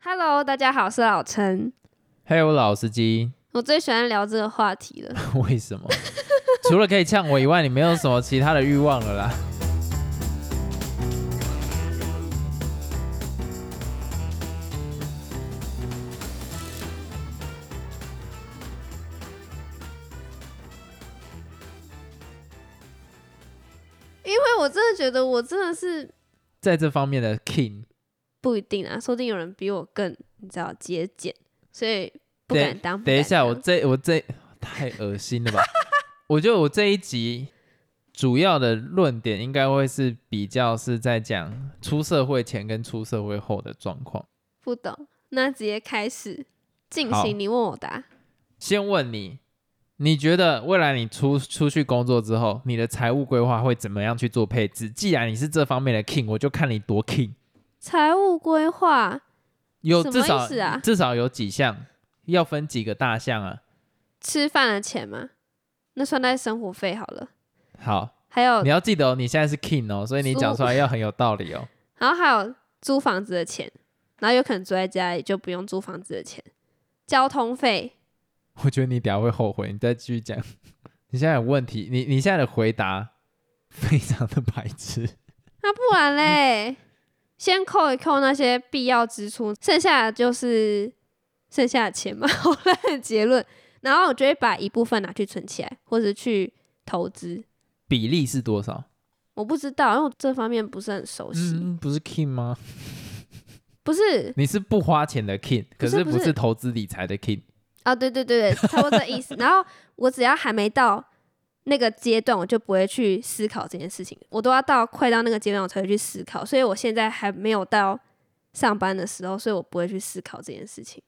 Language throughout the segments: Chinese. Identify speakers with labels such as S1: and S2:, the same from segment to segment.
S1: Hello，大家好，我是老陈。
S2: 还有老司机，
S1: 我最喜欢聊这个话题了。
S2: 为什么？除了可以呛我以外，你没有什么其他的欲望了啦？
S1: 因为我真的觉得我真的是
S2: 在这方面的 king，
S1: 不一定啊，说不定有人比我更你知道节俭，所以不
S2: 等
S1: 敢当。不
S2: 等一
S1: 敢
S2: 下，
S1: 当
S2: 我这我这太恶心了吧？ 我觉得我这一集主要的论点应该会是比较是在讲出社会前跟出社会后的状况。
S1: 不懂，那直接开始进
S2: 好
S1: 行你问我答。
S2: 先问你，你觉得未来你出出去工作之后，你的财务规划会怎么样去做配置？既然你是这方面的 king，我就看你多 king。
S1: 财务规划
S2: 有
S1: 什
S2: 至
S1: 么意
S2: 少
S1: 思啊
S2: 至少有几项，要分几个大项啊？
S1: 吃饭的钱吗？那算在生活费好了。
S2: 好，
S1: 还有
S2: 你，要记得哦，你现在是 king 哦，所以你
S1: 租
S2: 讲出来要很有道理哦。
S1: 然后还有租房子的钱，然后有可能住在家里就不用租房子的钱。交通费，
S2: 我觉得你等下会后悔，你再继续讲。 你现在有问题，你你现在的回答非常的白痴。
S1: 那不然嘞，先扣一扣那些必要支出，剩下的就是剩下的钱嘛， 好烂的结论。然后我就会把一部分拿去存起来，或者去投资。
S2: 比例是多少？
S1: 我不知道，因为我这方面不是很熟悉。
S2: 嗯，不是 king 吗？
S1: 不是
S2: 你是不花钱的 king，
S1: 不
S2: 可
S1: 是
S2: 是
S1: 不
S2: 不
S1: 是
S2: 是投资理财的 king。
S1: 啊，对对对对，差不多这意思。然后我只要还没到那个阶段，我就不会去思考这件事情。我都要到快到那个阶段，我才会去思考。所以我现在还没有到上班的时候，所以我不会去思考这件事情。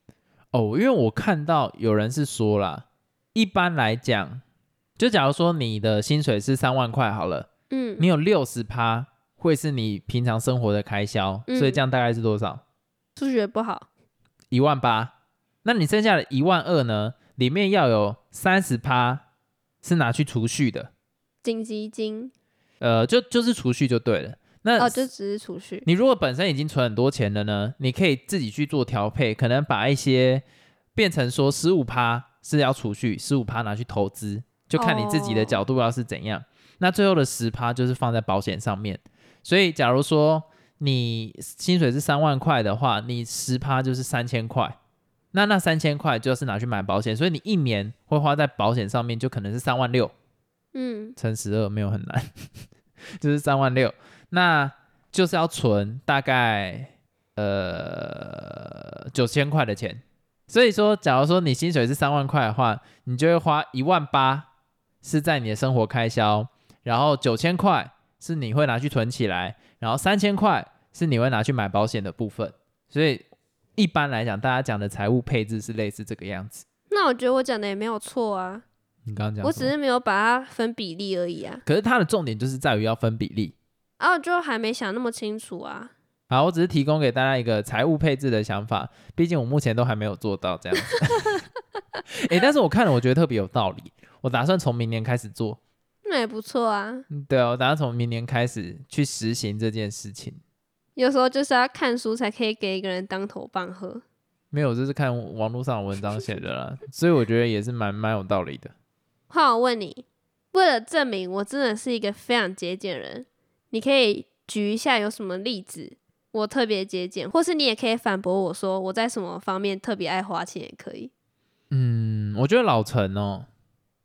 S2: 哦，因为我看到有人是说啦，一般来讲，就假如说你的薪水是三万块好了。
S1: 嗯，
S2: 你有六十趴会是你平常生活的开销，
S1: 嗯
S2: 所以这样大概是多少？
S1: 数学不好。
S2: 一万八。那你剩下的一万二呢？里面要有三十趴是拿去储蓄的，
S1: 紧急金
S2: 呃，就就是储蓄就对了。那、
S1: 哦，就只是储蓄。
S2: 呃你如果本身已经存很多钱了呢，你可以自己去做调配，可能把一些变成说十五趴是要储蓄，十五趴拿去投资，就看你自己的角度要是怎样。那最后的十趴就是放在保险上面。所以假如说你薪水是三万块的话，你十趴就是三千块。那那三千块就是拿去买保险，所以你一年会花在保险上面，就可能是三万六。
S1: 嗯，
S2: 乘十二没有很难， 就是三万六，那就是要存大概呃九千块的钱。所以说，假如说你薪水是三万块的话，你就会花一万八是在你的生活开销，然后九千块是你会拿去存起来，然后三千块是你会拿去买保险的部分。所以一般来讲，大家讲的财务配置是类似这个样子。
S1: 那我觉得我讲的也没有错啊，
S2: 你刚刚讲
S1: 我
S2: 什
S1: 只
S2: 么，
S1: 是没有把它分比例而已啊。
S2: 可是它的重点就是在于要分比例。
S1: 啊，我就还没想那么清楚啊。
S2: 好，我只是提供给大家一个财务配置的想法，毕竟我目前都还没有做到这样子。 哎、但是我看了，我觉得特别有道理。我打算从明年开始做，
S1: 那也不错啊，
S2: 嗯对啊，我打算从明年开始去实行这件事情。
S1: 有时候就是要看书才可以给一个人当头棒喝。
S2: 没有，这是看网络上的文章写的啦，所以我觉得也是蛮蛮有道理的。
S1: 换我问你，为了证明我真的是一个非常节俭的人，你可以举一下有什么例子？我特别节俭，或是你也可以反驳我说我在什么方面特别爱花钱也可以。
S2: 嗯，我觉得老陈哦，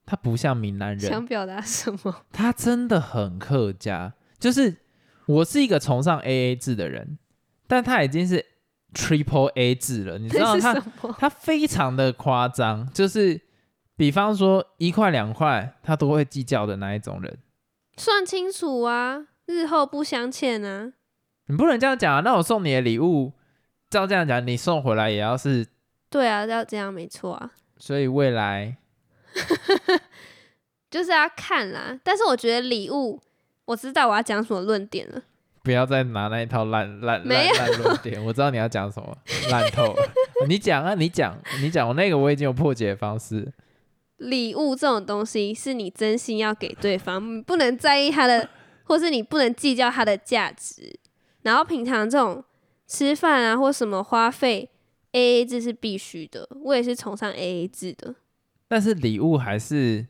S2: 他不像闽南人，
S1: 想表达什么？
S2: 他真的很客家，就是我是一个崇尚 AA 制的人，但他已经是 Triple A 制了，你知 道
S1: 那是
S2: 他
S1: 什么？
S2: 他非常的夸张，就是比方说一块两块他都会计较的那一种人，
S1: 算清楚啊，日后不相欠啊。
S2: 你不能这样讲啊！那我送你的礼物，照这样讲，你送回来也要是，
S1: 对啊，要这样没错啊，
S2: 所以未来
S1: 就是要看啦。但是我觉得礼物，我知道我要讲什么论点了。
S2: 不要再拿那一套烂烂
S1: 没
S2: 烂烂论点，我知道你要讲什么，烂透了。你讲啊，你讲，你讲，我那个我已经有破解的方式。
S1: 礼物这种东西是你真心要给对方，你不能在意他的， 或是你不能计较它的价值。然后平常这种吃饭啊或什么花费， A A 制是必须的，我也是崇尚 A A 制的。
S2: 但是礼物还是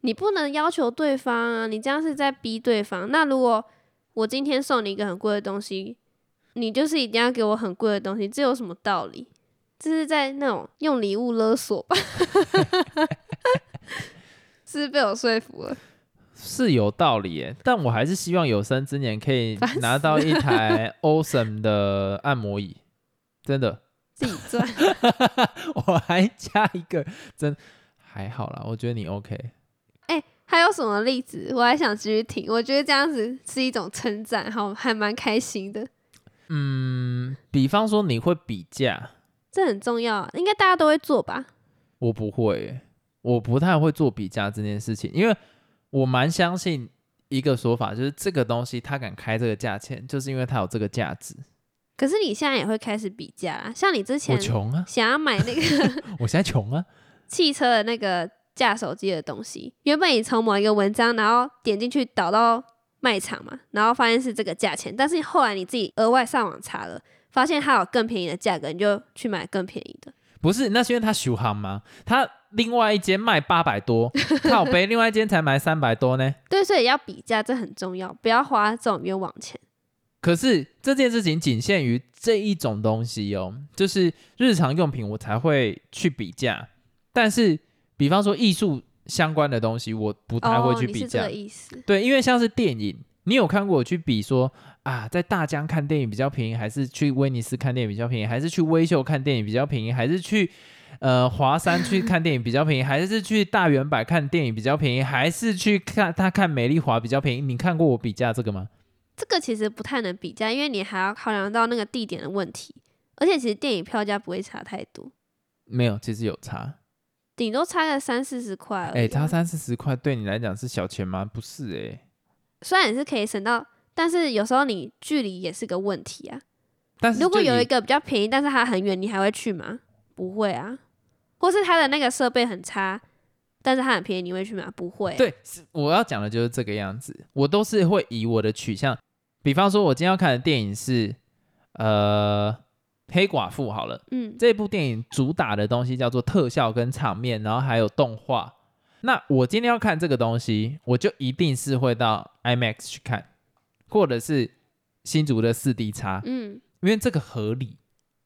S1: 你不能要求对方啊，你这样是在逼对方。那如果我今天送你一个很贵的东西，你就是一定要给我很贵的东西，这有什么道理？这是在那种用礼物勒索吧？ 是不是被我说服了？
S2: 是有道理耶，但我还是希望有生之年可以
S1: 烦死
S2: 拿到一台 Awesome 的按摩椅，真的，
S1: 自己赚，
S2: 我还加一个，真还好啦，我觉得你 OK。
S1: 还有什么例子？我还想继续听，我觉得这样子是一种称赞，好，还蛮开心的。
S2: 嗯，比方说你会比价，
S1: 这很重要啊，应该大家都会做吧？
S2: 我不会耶，我不太会做比价这件事情，因为我蛮相信一个说法，就是这个东西它敢开这个价钱，就是因为它有这个价值。
S1: 可是你现在也会开始比价啦，像你之
S2: 我
S1: 前
S2: 穷啊，
S1: 想要买那个
S2: 我现在穷啊，
S1: 汽车的那个架手机的东西，原本你从某一个文章，然后点进去导到卖场嘛，然后发现是这个价钱，但是后来你自己额外上网查了，发现它有更便宜的价格，你就去买更便宜的。
S2: 不是，那是因为他修航吗？他另外一间卖八百多，靠背，另外一间才卖三百多呢。
S1: 对，所以要比价，这很重要，不要花这种冤枉钱。
S2: 可是这件事情仅限于这一种东西哦，就是日常用品我才会去比价，但是比方说艺术相关的东西，我不太会
S1: 哦，
S2: 去
S1: 你
S2: 比
S1: 是这
S2: 价。
S1: 个意思？
S2: 对，因为像是电影，你有看过我去比说啊，在大江看电影比较便宜，还是去威尼斯看电影比较便宜，还是去威秀看电影比较便宜，还是去呃华山去看电影比较便宜， 还是去大圆柏看电影比较便宜，还是去看他看美丽华比较便宜？你看过我比价这个吗？
S1: 这个其实不太能比价，因为你还要考量到那个地点的问题，而且其实电影票价不会差太多，
S2: 没有，其实有差。
S1: 顶多差个三四十块而已啊。
S2: 哎、差三四十块对你来讲是小钱吗？不是哎、
S1: 虽然也是可以省到，但是有时候你距离也是个问题啊。
S2: 但是
S1: 如果
S2: 就
S1: 有
S2: 你
S1: 一个比较便宜，但是它很远，你还会去吗？不会啊。或是它的那个设备很差，但是它很便宜，你会去吗？不会、，
S2: 对，是我要讲的就是这个样子。我都是会以我的取向，比方说，我今天要看的电影是呃《黑寡妇》好了，
S1: 嗯，
S2: 这部电影主打的东西叫做特效跟场面，然后还有动画。那我今天要看这个东西，我就一定是会到 IMAX 去看，或者是新竹的四 D 叉，
S1: 嗯，
S2: 因为这个合理，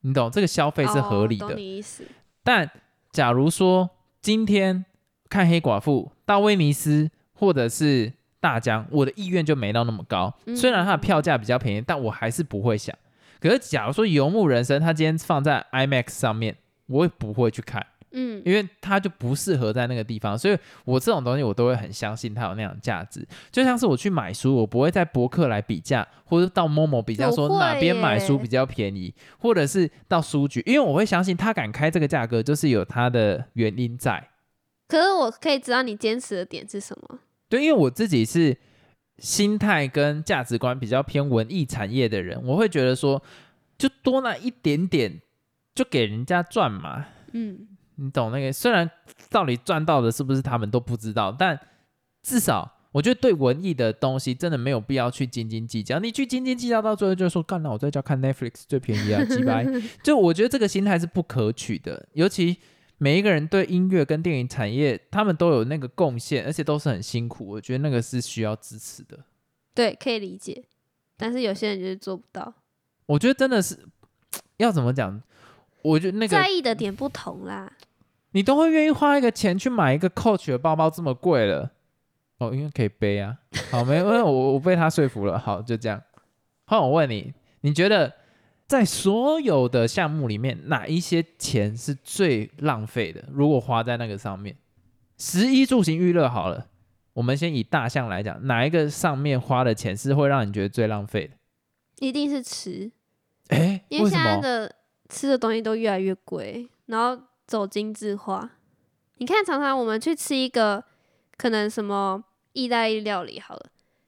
S2: 你懂？这个消费是合
S1: 哦
S2: 理的。
S1: 懂你意思。
S2: 但假如说今天看《黑寡妇》到威尼斯或者是大江，我的意愿就没到那么高。
S1: 嗯
S2: 虽然它的票价比较便宜，但我还是不会想。可是假如说《游牧人生》它今天放在 IMAX 上面，我也不会去看，
S1: 嗯，
S2: 因为它就不适合在那个地方。所以我这种东西我都会很相信它有那样的价值。就像是我去买书，我不会在博客来比价，或者到 Momo 比价
S1: 我
S2: 说
S1: 会
S2: 哪边
S1: 耶
S2: 买书比较便宜，或者是到书局，因为我会相信他敢开这个价格，就是有他的原因在。
S1: 可是我可以知道你坚持的点是什么。
S2: 对，因为我自己是心态跟价值观比较偏文艺产业的人，我会觉得说，就多那一点点，就给人家赚嘛，
S1: 嗯，
S2: 你懂那个？虽然到底赚到的是不是他们都不知道，但至少我觉得对文艺的东西真的没有必要去斤斤计较。你去斤斤计较到最后就说，干了，那我在家看 Netflix 最便宜啊，几百。就我觉得这个心态是不可取的，尤其每一个人对音乐跟电影产业，他们都有那个贡献，而且都是很辛苦。我觉得那个是需要支持的。
S1: 对，可以理解。但是有些人就是做不到，
S2: 我觉得真的是要怎么讲？我觉得那个
S1: 在意的点不同啦。
S2: 你都会愿意花一个钱去买一个 Coach 的包包这么贵了？哦，因为可以背啊。好，没，没有，我我被他说服了。好，就这样。换我问你，你觉得在所有的项目里面，哪一些钱是最浪费的？如果花在那个上面，十一住行娱乐好了，我们先以大象来讲，哪一个上面花的钱是会让你觉得最浪费的？
S1: 一定是吃，
S2: 哎，
S1: 因为
S2: 为什
S1: 现在
S2: 么？
S1: 的吃的东西都越来越贵，然后走精致化。你看，常常我们去吃一个可能什么意大利料理好了，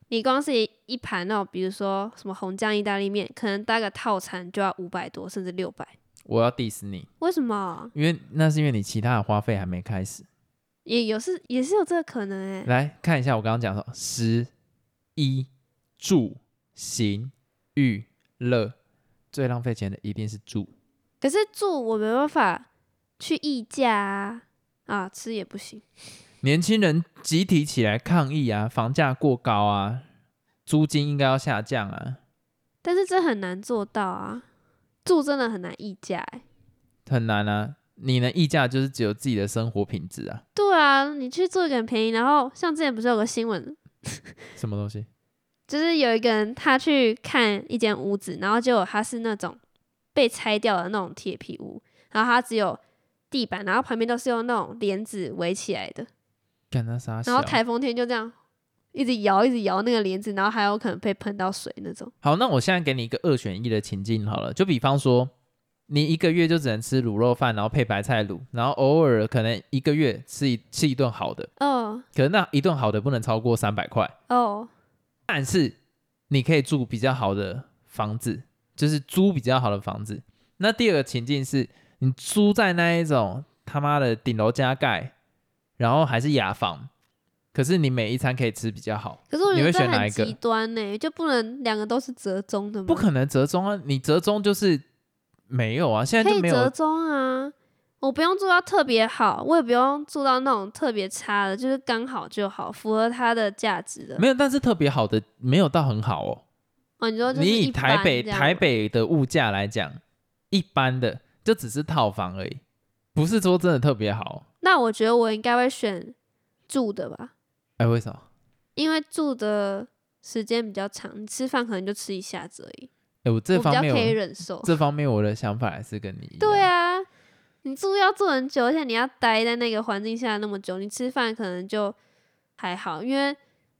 S1: 你光是一一盘那种，比如说什么红酱意大利面，可能搭个套餐就要五百多，甚至六百。
S2: 我要 diss 你，
S1: 为什么？
S2: 因为那是因为你其他的花费还没开始。
S1: 也有是也是有这个可能哎、
S2: 来看一下我刚刚讲什么：食、衣、住、行、娱、乐。最浪费钱的一定是住，
S1: 可是住我没办法去议价啊，啊，吃也不行。
S2: 年轻人集体起来抗议啊，房价过高啊，租金应该要下降啊，
S1: 但是这很难做到啊，住真的很难议价、欸。
S2: 很难啊。你能议价就是只有自己的生活品质啊，
S1: 对啊，你去住一个很便宜，然后像之前不是有个新闻，
S2: 什么东西？
S1: 就是有一个人他去看一间屋子，然后结果他是那种被拆掉的那种铁皮屋，然后它只有地板，然后旁边都是用那种帘子围起来的，
S2: 啊干他啥？
S1: 然后台风天就这样一直摇，一直摇那个帘子，然后还有可能被喷到水那种。
S2: 好，那我现在给你一个二选一的情境好了，就比方说，你一个月就只能吃卤肉饭，然后配白菜卤，然后偶尔可能一个月吃一吃一顿好的，
S1: 哦
S2: 可是那一顿好的不能超过三百块，
S1: 哦，
S2: 但是你可以住比较好的房子，就是租比较好的房子。那第二个情境是你租在那一种他妈的顶楼加盖，然后还是雅房，可是你每一餐可以吃比较好。
S1: 可是我
S2: 你
S1: 觉得
S2: 会
S1: 这
S2: 选哪
S1: 很
S2: 一个
S1: 极端呢、就不能两个都是折中的吗？
S2: 不可能折中啊！你折中就是没有啊，现在
S1: 可
S2: 就
S1: 以
S2: 没
S1: 折
S2: 有。
S1: 中啊，我不用做到特别好，我也不用做到那种特别差的，就是刚好就好，符合它的价值的。
S2: 没有，但是特别好的没有到很好哦。
S1: 哦，你说就是
S2: 你以
S1: 一
S2: 台
S1: 般
S2: 北
S1: 这样
S2: 台
S1: 吗，
S2: 北的物价来讲，一般的就只是套房而已，不是说真的特别好。
S1: 那我觉得我应该会选住的吧，
S2: 哎，为什么？
S1: 因为住的时间比较长，你吃饭可能就吃一下子而已，
S2: 哎，我这
S1: 我比较
S2: 方面
S1: 可以
S2: 我
S1: 忍受。
S2: 这方面我的想法还是跟你一样。
S1: 对，啊，你住要住很久，而且你要待在那个环境下那么久，你吃饭可能就还好，因为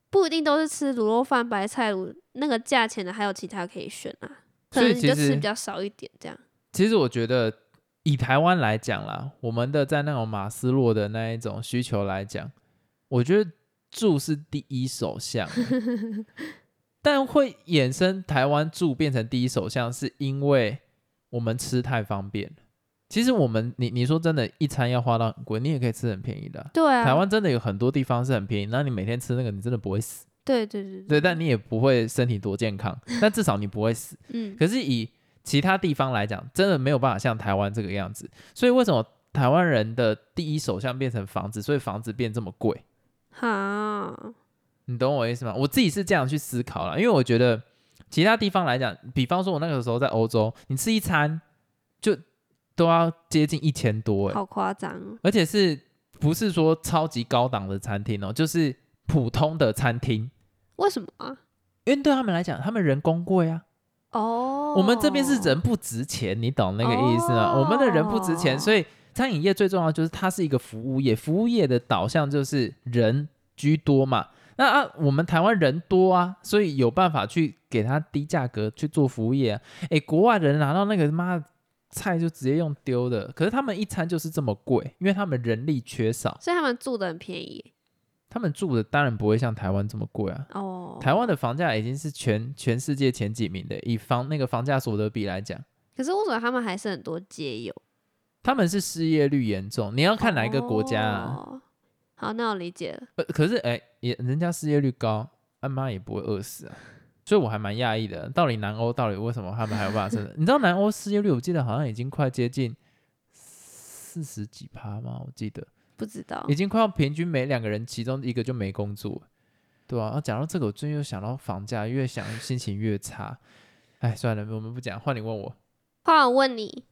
S1: 不一定都是吃卤肉饭、白菜卤那个价钱的，还有其他可以选啊。可
S2: 所以
S1: 能你
S2: 其
S1: 就吃
S2: 实
S1: 比较少一点这样。
S2: 其实我觉得以台湾来讲啦，我们的在那种马斯洛的那一种需求来讲，我觉得住是第一首项欸，但会衍生台湾住变成第一首项，是因为我们吃太方便了。其实我们，你你说真的，一餐要花到很贵，你也可以吃很便宜的啊、
S1: 对啊，
S2: 台湾真的有很多地方是很便宜，那你每天吃那个，你真的不会死，
S1: 对对对
S2: 对，但你也不会身体多健康，但至少你不会死。
S1: 嗯，
S2: 可是以其他地方来讲，真的没有办法像台湾这个样子。所以为什么台湾人的第一首项变成房子，所以房子变这么贵？
S1: 好，
S2: 你懂我意思吗？我自己是这样去思考了，因为我觉得其他地方来讲，比方说我那个时候在欧洲，你吃一餐就都要接近一千多、欸，
S1: 好夸张哦。
S2: 而且是不是说超级高档的餐厅哦、就是普通的餐厅，
S1: 为什么啊？
S2: 因为对他们来讲，他们人工贵啊。
S1: 哦，
S2: 我们这边是人不值钱，你懂那个意思吗？我们的人不值钱，
S1: 哦
S2: 所以餐饮业最重要就是它是一个服务业，服务业的导向就是人居多嘛。那啊，我们台湾人多啊，所以有办法去给他低价格去做服务业、啊。诶，国外人拿到那个妈的菜就直接用丢的，可是他们一餐就是这么贵，因为他们人力缺少，
S1: 所以他们住的很便宜
S2: 他们住的当然不会像台湾这么贵啊。
S1: 哦。
S2: 台湾的房价已经是全全世界前几名的，以房那个房价所得比来讲。
S1: 可是为什么他们还是很多街友？
S2: 他们是失业率严重，你要看哪一个国家啊？
S1: 哦好，那我理解了。
S2: 呃可是哎、也人家失业率高，阿妈也不会饿死啊。所以我还蛮讶异的，到底南欧到底为什么他们还有办法生存？你知道南欧失业率，我记得好像已经快接近四十几趴吗？我记得
S1: 不知道
S2: 已经快要平均每两个人其中一个就没工作，对啊。啊讲到这个，我最近又想到房价，越想心情越差。哎，算了，我们不讲，换你问我。
S1: 话我问你，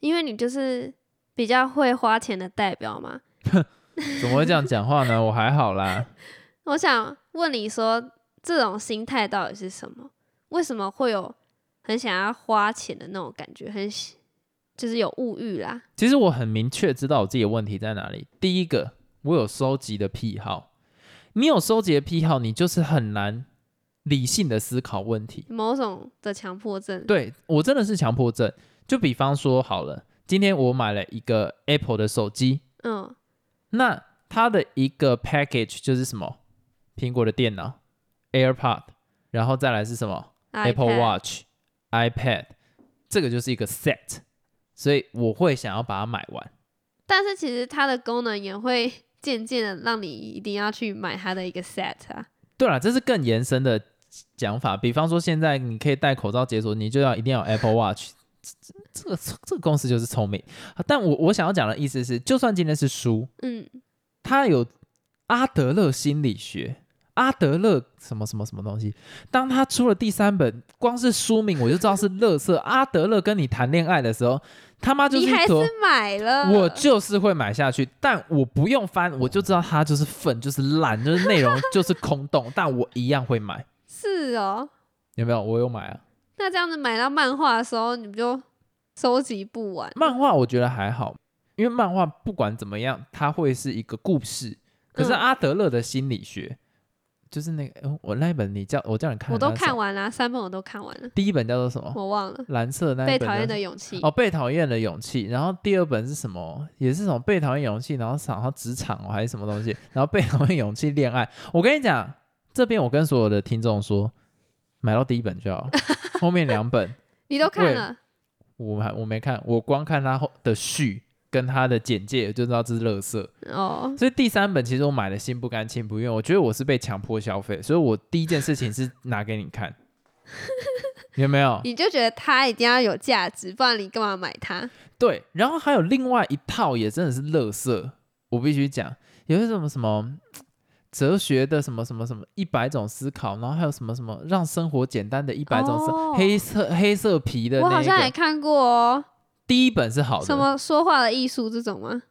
S1: 因为你就是比较会花钱的代表嘛，
S2: 怎么会这样讲话呢？我还好啦。
S1: 我想问你说，这种心态到底是什么？为什么会有很想要花钱的那种感觉？很喜就是有物欲啦。
S2: 其实我很明确知道我自己的问题在哪里。第一个，我有收集的癖好。你有收集的癖好，你就是很难理性的思考问题。
S1: 某种的强迫症，
S2: 对我真的是强迫症。就比方说好了，今天我买了一个 Apple 的手机，
S1: 嗯，
S2: 那它的一个 package 就是什么？苹果的电脑、AirPod，然后再来是什么？
S1: 啊
S2: Apple
S1: iPad
S2: Watch、iPad，这个就是一个 set，所以我会想要把它买完。
S1: 但是其实它的功能也会渐渐的让你一定要去买它的一个 set 啊。
S2: 对啦，这是更延伸的讲法，比方说现在你可以戴口罩解锁，你就要一定要有 Apple Watch 这个这个公司就是聪明。啊但我我想要讲的意思是，就算今天是输，
S1: 嗯，
S2: 他有阿德勒心理学，阿德勒什么什么什么东西。当他出了第三本，光是书名我就知道是乐色。阿德勒跟你谈恋爱的时候，他妈就是
S1: 你还是呃
S2: 说
S1: 买了，
S2: 我就是会买下去，但我不用翻，我就知道它就是粪，就是烂，就是内容就是空洞，但我一样会买。
S1: 是哦。
S2: 有没有？我有买啊。
S1: 那这样子买到漫画的时候，你不就收集不完？
S2: 漫画我觉得还好，因为漫画不管怎么样，它会是一个故事。可是啊
S1: 嗯
S2: 阿德勒的心理学，就是那个、哦我那一本你叫我叫你看，
S1: 我都看。完啦，三本我都看完了，
S2: 第一本叫做什么？
S1: 我忘了。
S2: 蓝色那一
S1: 被
S2: 哦本
S1: 讨厌
S2: 叫
S1: 的勇气
S2: 哦，被讨厌的勇气。然后第二本是什么？也是什么被讨厌勇气，然后然后职场、哦、还是什么东西？然后被讨厌勇气恋爱。我跟你讲，这边我跟所有的听众说，买到第一本就好，后面两本
S1: 你都看
S2: 喂
S1: 了，
S2: 我还我没看，我光看它后的序跟它的简介就知道这是垃圾。
S1: 哦，
S2: 所以第三本其实我买的心不甘情不愿，我觉得我是被强迫消费，所以我第一件事情是拿给你看， 有没有？
S1: 你就觉得它一定要有价值，不然你干嘛买它？
S2: 对，然后还有另外一套也真的是乐色，我必须讲，有些什么什么哲学的什么什么什么一百种思考，然后还有什么什么让生活简单的一百种思、
S1: 哦
S2: 黑色黑色皮的
S1: 我好
S2: 那一
S1: 像也
S2: 个，
S1: 看过哦，
S2: 第一本是好的，
S1: 什么说话的艺术这种吗？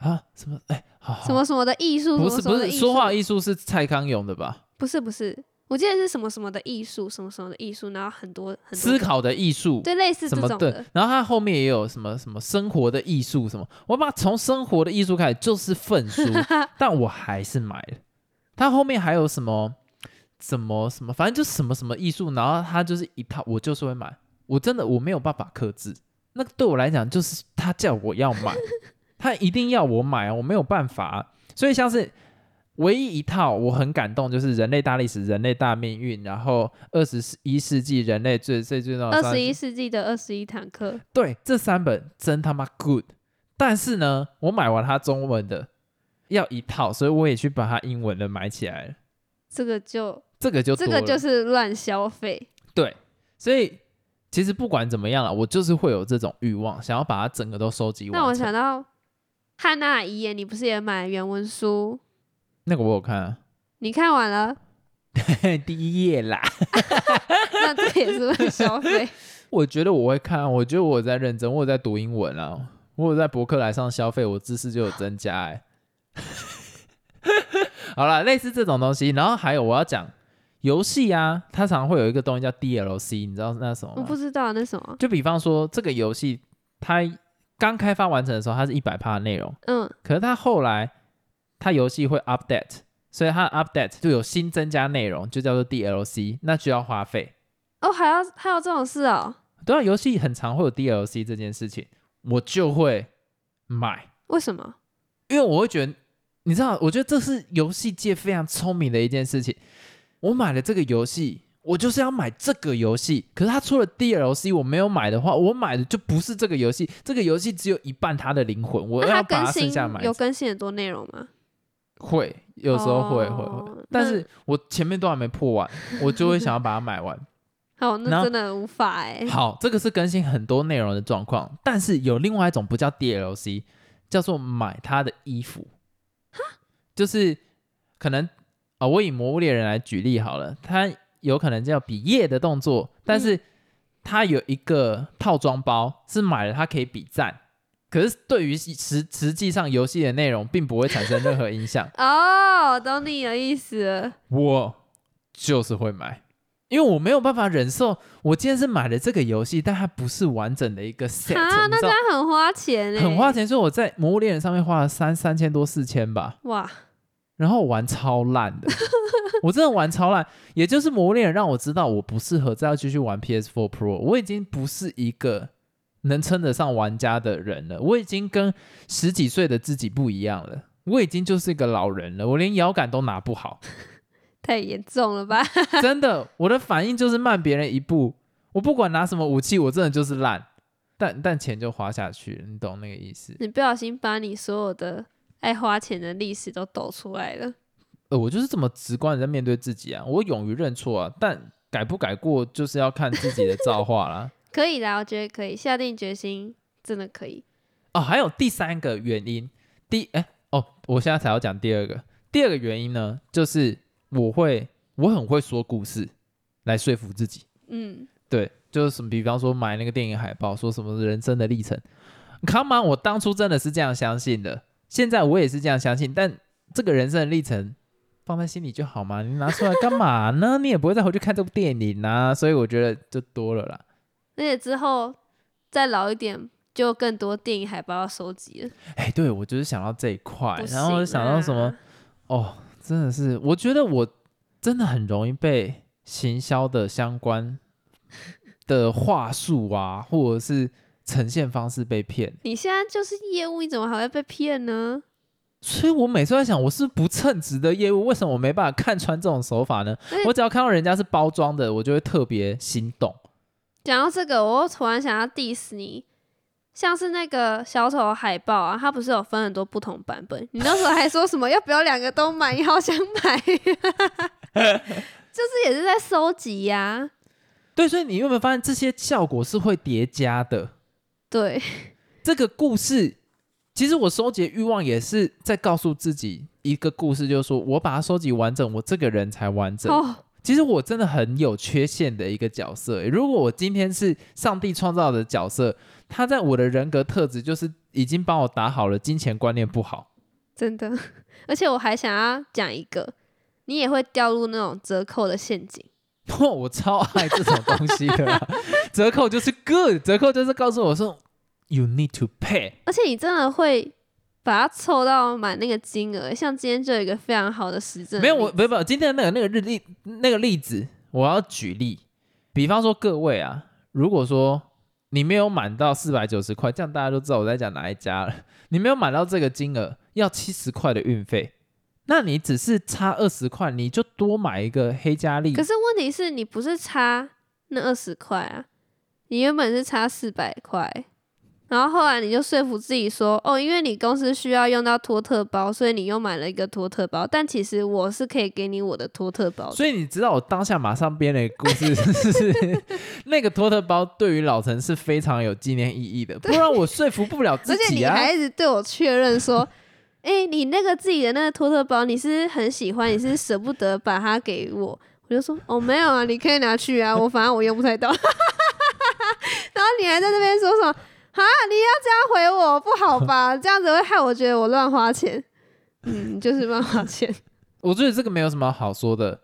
S2: 啊什么哎好好
S1: 什么什么的艺术，
S2: 不
S1: 什
S2: 是
S1: 么什
S2: 不
S1: 么的
S2: 是
S1: 艺
S2: 说
S1: 术
S2: 话艺术是蔡康永的吧？
S1: 不是不是，我记得是什么什么的艺术，什么什么的艺术，然后很多很多
S2: 思
S1: 个，
S2: 考的艺术，
S1: 对，类似这
S2: 什么
S1: 种
S2: 对哦
S1: 的，，
S2: 然后他后面也有什么什么生活的艺术什么，我把从生活的艺术开始就是粪 书，但我还是买了。他后面还有什么什么什么，反正就什么什么艺术，然后他就是一套，我就是会买，我真的我没有办法克制，那个对我来讲就是他叫我要 买，他一定要我买啊，我没有办法啊、所以像是。唯一一套我很感动，就是《人类大历史》《人类大命运》，然后二十一世纪人类最最最重要的
S1: 二
S2: 三
S1: 十一世纪的二十一堂课，
S2: 对，这三本真他妈 good。但是呢，我买完它中文的要一套，所以我也去把它英文的买起来了。
S1: 这个就
S2: 这个就
S1: 这
S2: 多
S1: 个
S2: 了
S1: 就是乱消费，
S2: 对，所以其实不管怎么样了，我就是会有这种欲望，想要把它整个都收集完成。
S1: 让我想到汉娜遗言，你不是也买原文书？
S2: 那个我有看、啊，
S1: 你看完了，
S2: 第一页啦。
S1: 那这也是乱消 费。
S2: 我觉得我会看啊，我觉得我有在认真，我有在读英文啊，我有在博客来上消费，我知识就有增加哎、 好啦，类似这种东西，然后还有我要讲游戏啊，它常常会有一个东西叫 DLC，你知道那是什么
S1: 我
S2: 吗？
S1: 不知道那什么，
S2: 就比方说这个游戏它刚开发完成的时候，它是一百趴的内容，
S1: 嗯，
S2: 可是它后来它游戏会 update，所以它的 update 就有新增加内容，就叫做 DLC，那需要花费。
S1: 哦，还要还有这种事哦？
S2: 对啊，游戏很常会有 DLC 这件事情，我就会买，
S1: 为什么？
S2: 因为我会觉得，你知道，我觉得这是游戏界非常聪明的一件事情。我买了这个游戏，我就是要买这个游戏，可是它出了 DLC，我没有买的话，我买的就不是这个游戏，这个游戏只有一半它的灵魂，我
S1: 那它
S2: 要把
S1: 更
S2: 它剩
S1: 新
S2: 下买
S1: 有更新很多内容吗？
S2: 会有时候会、
S1: 哦
S2: 会会
S1: 那，
S2: 但是我前面都还没破完，我就会想要把它买完。
S1: 好，那
S2: 然后
S1: 真的无法哎、
S2: 好，这个是更新很多内容的状况，但是有另外一种不叫 DLC，叫做买他的衣服，就是可能啊、我以《魔物猎人》来举例好了，他有可能叫比耶的动作，但是他有一个套装包是买了，它可以比赞。可是对于实实际上游戏的内容，并不会产生任何影响。
S1: 哦，我懂你的意思了。
S2: 我就是会买，因为我没有办法忍受，我今天是买了这个游戏，但它不是完整的一个 set，、
S1: 啊，
S2: 你
S1: 那
S2: 知
S1: 这
S2: 道
S1: 样很花钱哎、
S2: 很花钱，所以我在《魔物猎人》上面花了三三千多四千吧，
S1: 哇！
S2: 然后我玩超 烂的，我真的玩超烂，也就是《魔物猎人》让我知道我不适合再继续玩 PS4 Pro，我已经不是一个。能称得上玩家的人了，我已经跟十几岁的自己不一样了，我已经就是一个老人了，我连摇杆都拿不好，
S1: 太严重了吧？
S2: 真的，我的反应就是慢别人一步。我不管拿什么武器，我真的就是烂，但但钱就花下去了，你懂那个意思？
S1: 你不小心把你所有的爱花钱的历史都抖出来了。
S2: 呃，我就是这么直观的在面对自己啊，我勇于认错啊，但改不改过就是要看自己的造化啦。
S1: 可以啦，我觉得可以，下定决心真的可以。
S2: 哦，还有第三个原因，第哎哦，我现在才要讲第二个。第二个原因呢，就是我会我很会说故事来说服自己。
S1: 嗯，
S2: 对，就是什么，比方说买那个电影海报，说什么人生的历程。Come on，我当初真的是这样相信的，现在我也是这样相信。但这个人生的历程放在心里就好嘛，你拿出来干嘛呢？你也不会再回去看这部电影啊，所以我觉得就多了啦。
S1: 而且之后再老一点，就更多电影海报要收集了。
S2: 哎，对，我就是想到这一块
S1: 不，
S2: 哎然后我就
S1: 行
S2: 想到什么
S1: 啊？
S2: 哦，真的是，我觉得我真的很容易被行销的相关的话术啊，或者是呈现方式被骗。
S1: 你现在就是业务，你怎么还会被骗呢？
S2: 所以我每次都在想，我是不称职的业务，为什么我没办法看穿这种手法呢
S1: 而？且
S2: 我只要看到人家是包装的，我就会特别心动。
S1: 讲到这个，我又突然想要 diss 你，像是那个小丑海报啊，它不是有分很多不同版本？你那时候还说什么 要不要两个都买？你好想买， 就是也是在收集呀、
S2: 对，所以你有没有发现这些效果是会叠加的？
S1: 对，
S2: 这个故事，其实我收集的欲望也是在告诉自己一个故事，就是说我把它收集完整，我这个人才完整。
S1: 哦，
S2: 其实我真的很有缺陷的一个角色欸。如果我今天是上帝创造的角色，他在我的人格特质就是已经帮我打好了金钱观念不好。
S1: 真的。 而且我还想要讲一个，你也会掉入那种折扣的陷阱。
S2: 哦， 我超爱这种东西的啦、折扣就是 good，折扣就是告诉我说 you need to pay。
S1: 而且你真的会把它凑到满那个金额，像今天就有一个非常好的实证例子，
S2: 没有，我没有没有，今天的那个那个日历那个例子，我要举例，比方说各位啊，如果说你没有满到四百九十块，这样大家都知道我在讲哪一家了。你没有满到这个金额，要七十块的运费，那你只是差二十块，你就多买一个黑加力
S1: 可。是问题是你不是差那二十块啊，你原本是差四百块，然后后来你就说服自己说，哦，因为你公司需要用到托特包，所以你又买了一个托特包，但其实我是可以给你我的托特包的。
S2: 所以你知道我当下马上编了一个故事， 是那个托特包对于老陈是非常有纪念意义的，不然我说服不了自
S1: 而且
S2: 己
S1: 你
S2: 啊。
S1: 还一直对我确认说：“ 哎、你那个自己的那个托特包，你是很喜欢，你是舍不得把它给我。”我就说：“哦，没有啊，你可以拿去 啊，我反正我用不太到。” 然后你还在那边说什么？啊！你要这样回我，不好吧？ 这样子会害我觉得我乱花钱。 嗯，就是乱花钱。
S2: 我觉得这个没有什么好说的。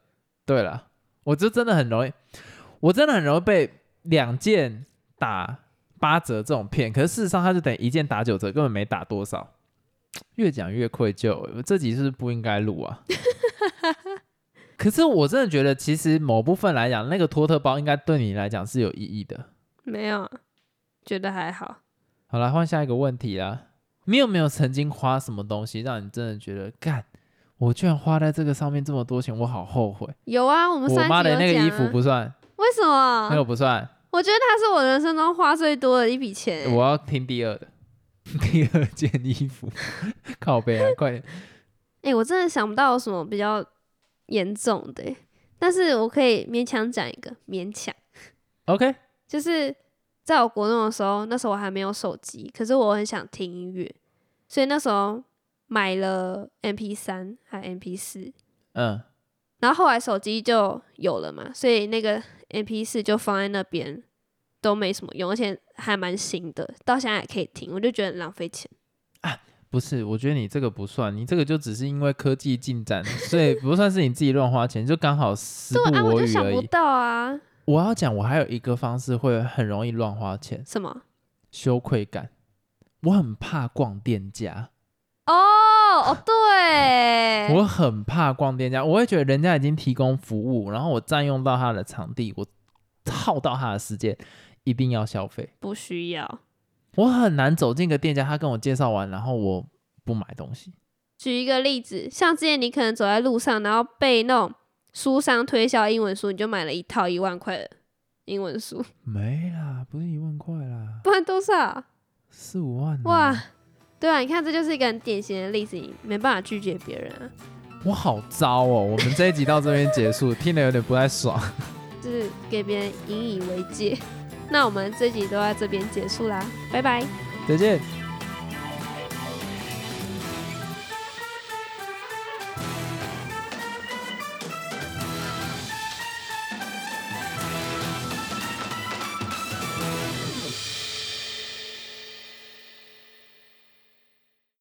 S2: 对了，我就真的很容易，我真的很容易被两件打八折这种骗，可是事实上它就等于一件打九折，根本没打多少。越讲越愧疚，我这集是不是不应该录啊？ 可是我真的觉得，其实某部分来讲，那个托特包应该对你来讲是有意义的。
S1: 没有，啊，觉得还好。
S2: 好了，换下一个问题啦。你有没有曾经花什么东西让你真的觉得，干，我居然花在这个上面这么多钱，我好后悔。
S1: 有啊，我们
S2: 我
S1: 上一集
S2: 妈的
S1: 有
S2: 那个
S1: 讲
S2: 衣服
S1: 啊
S2: 不算，
S1: 为什么？
S2: 那个不算，
S1: 我觉得它是我人生中花最多的一笔钱欸、
S2: 我要听第二的。 第二件衣服， 靠背啊，快点！
S1: 哎、我真的想不到有什么比较严重的欸、但是我可以勉强讲一个，勉强
S2: OK，
S1: 就是在我国中的时候，那时候我还没有手机，可是我很想听音乐，所以那时候买了 MP 三还 MP 四，
S2: 嗯，
S1: 然后后来手机就有了嘛，所以那个 MP 四就放在那边都没什么用，而且还蛮新的，到现在还可以听，我就觉得很浪费钱。
S2: 不是，我觉得你这个不算，你这个就只是因为科技进展， 所以不算是你自己乱花钱，就刚好时
S1: 对
S2: 不
S1: 啊，我就
S2: 我与
S1: 想
S2: 而
S1: 不
S2: 已。
S1: 到啊，
S2: 我要讲，我还有一个方式会很容易乱花钱，
S1: 什么？
S2: 羞愧感。我很怕逛店家，
S1: 哦哦， 对，
S2: 我很怕逛店家，我会觉得人家已经提供服务，然后我占用到他的场地，我耗到他的时间，一定要消费。
S1: 不需要。
S2: 我很难走进个店家，他跟我介绍完，然后我不买东西。
S1: 举一个例子，像之前你可能走在路上，然后被那种书商推销英文书，你就买了一套一万块的英文书，
S2: 没啦，不是一万块啦，
S1: 不然多少？
S2: 四五万、啊
S1: 哇！，对啊，你看这就是一个很典型的例子，你没办法拒绝别人啊，
S2: 我好糟哦！我们 这一集到这边结束，听得有点不太爽。
S1: 就是给别人引以为戒。 那我们这集都在这边结束啦，拜拜。
S2: 再见。